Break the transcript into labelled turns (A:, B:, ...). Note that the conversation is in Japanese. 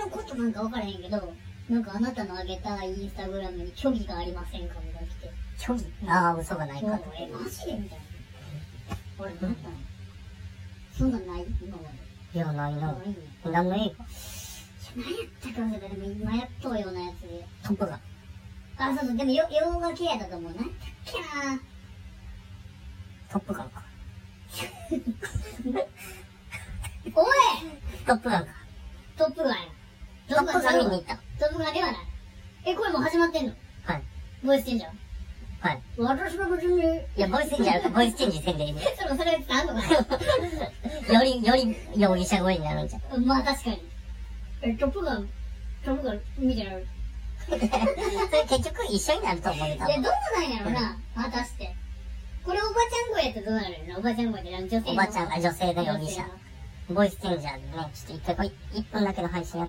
A: のことなんかわからへんけど、なんかあなたのあげたインスタグラムに虚偽がありませんかみたいな来て、
B: 虚偽ああ、嘘がない
A: そう
B: か。
A: え、マジでみたいな。俺、なんだそんなんない今まで。
B: いや、ないな。
A: ないね。
B: 何の映画
A: 何やったか忘れたでも今やっとうようなやつで。
B: トップガン。
A: あ、そうそう、でもよ洋画系やったと思う。なんだっけな
B: トップガンか。
A: おい
B: トップガンか。
A: トップガンや。
B: トップガン見に行った。
A: トップガンではない。え、これもう始まってんの
B: はい。
A: ボイスチェンジャー。
B: はい。
A: 私の準備。
B: いや、ボイスチェンジャー、ボイスチェンジせんでいい。よ
A: そろそれってあんのか
B: り、より容疑者声になるんじゃ ん。
A: なまあ確かに。え、トップガン、トップガンみたいな。え、
B: それ結局一緒になると思うね、多
A: どん
B: 分。
A: ななんやろな果たして。これおばちゃん声やったらどうなるのおばちゃん声ってなんか女性
B: おばちゃんが女性の容
A: 容
B: 疑
A: 疑者
B: 者。ボイスチェンジャーでね、ちょっと一回こう、一分だけの配信や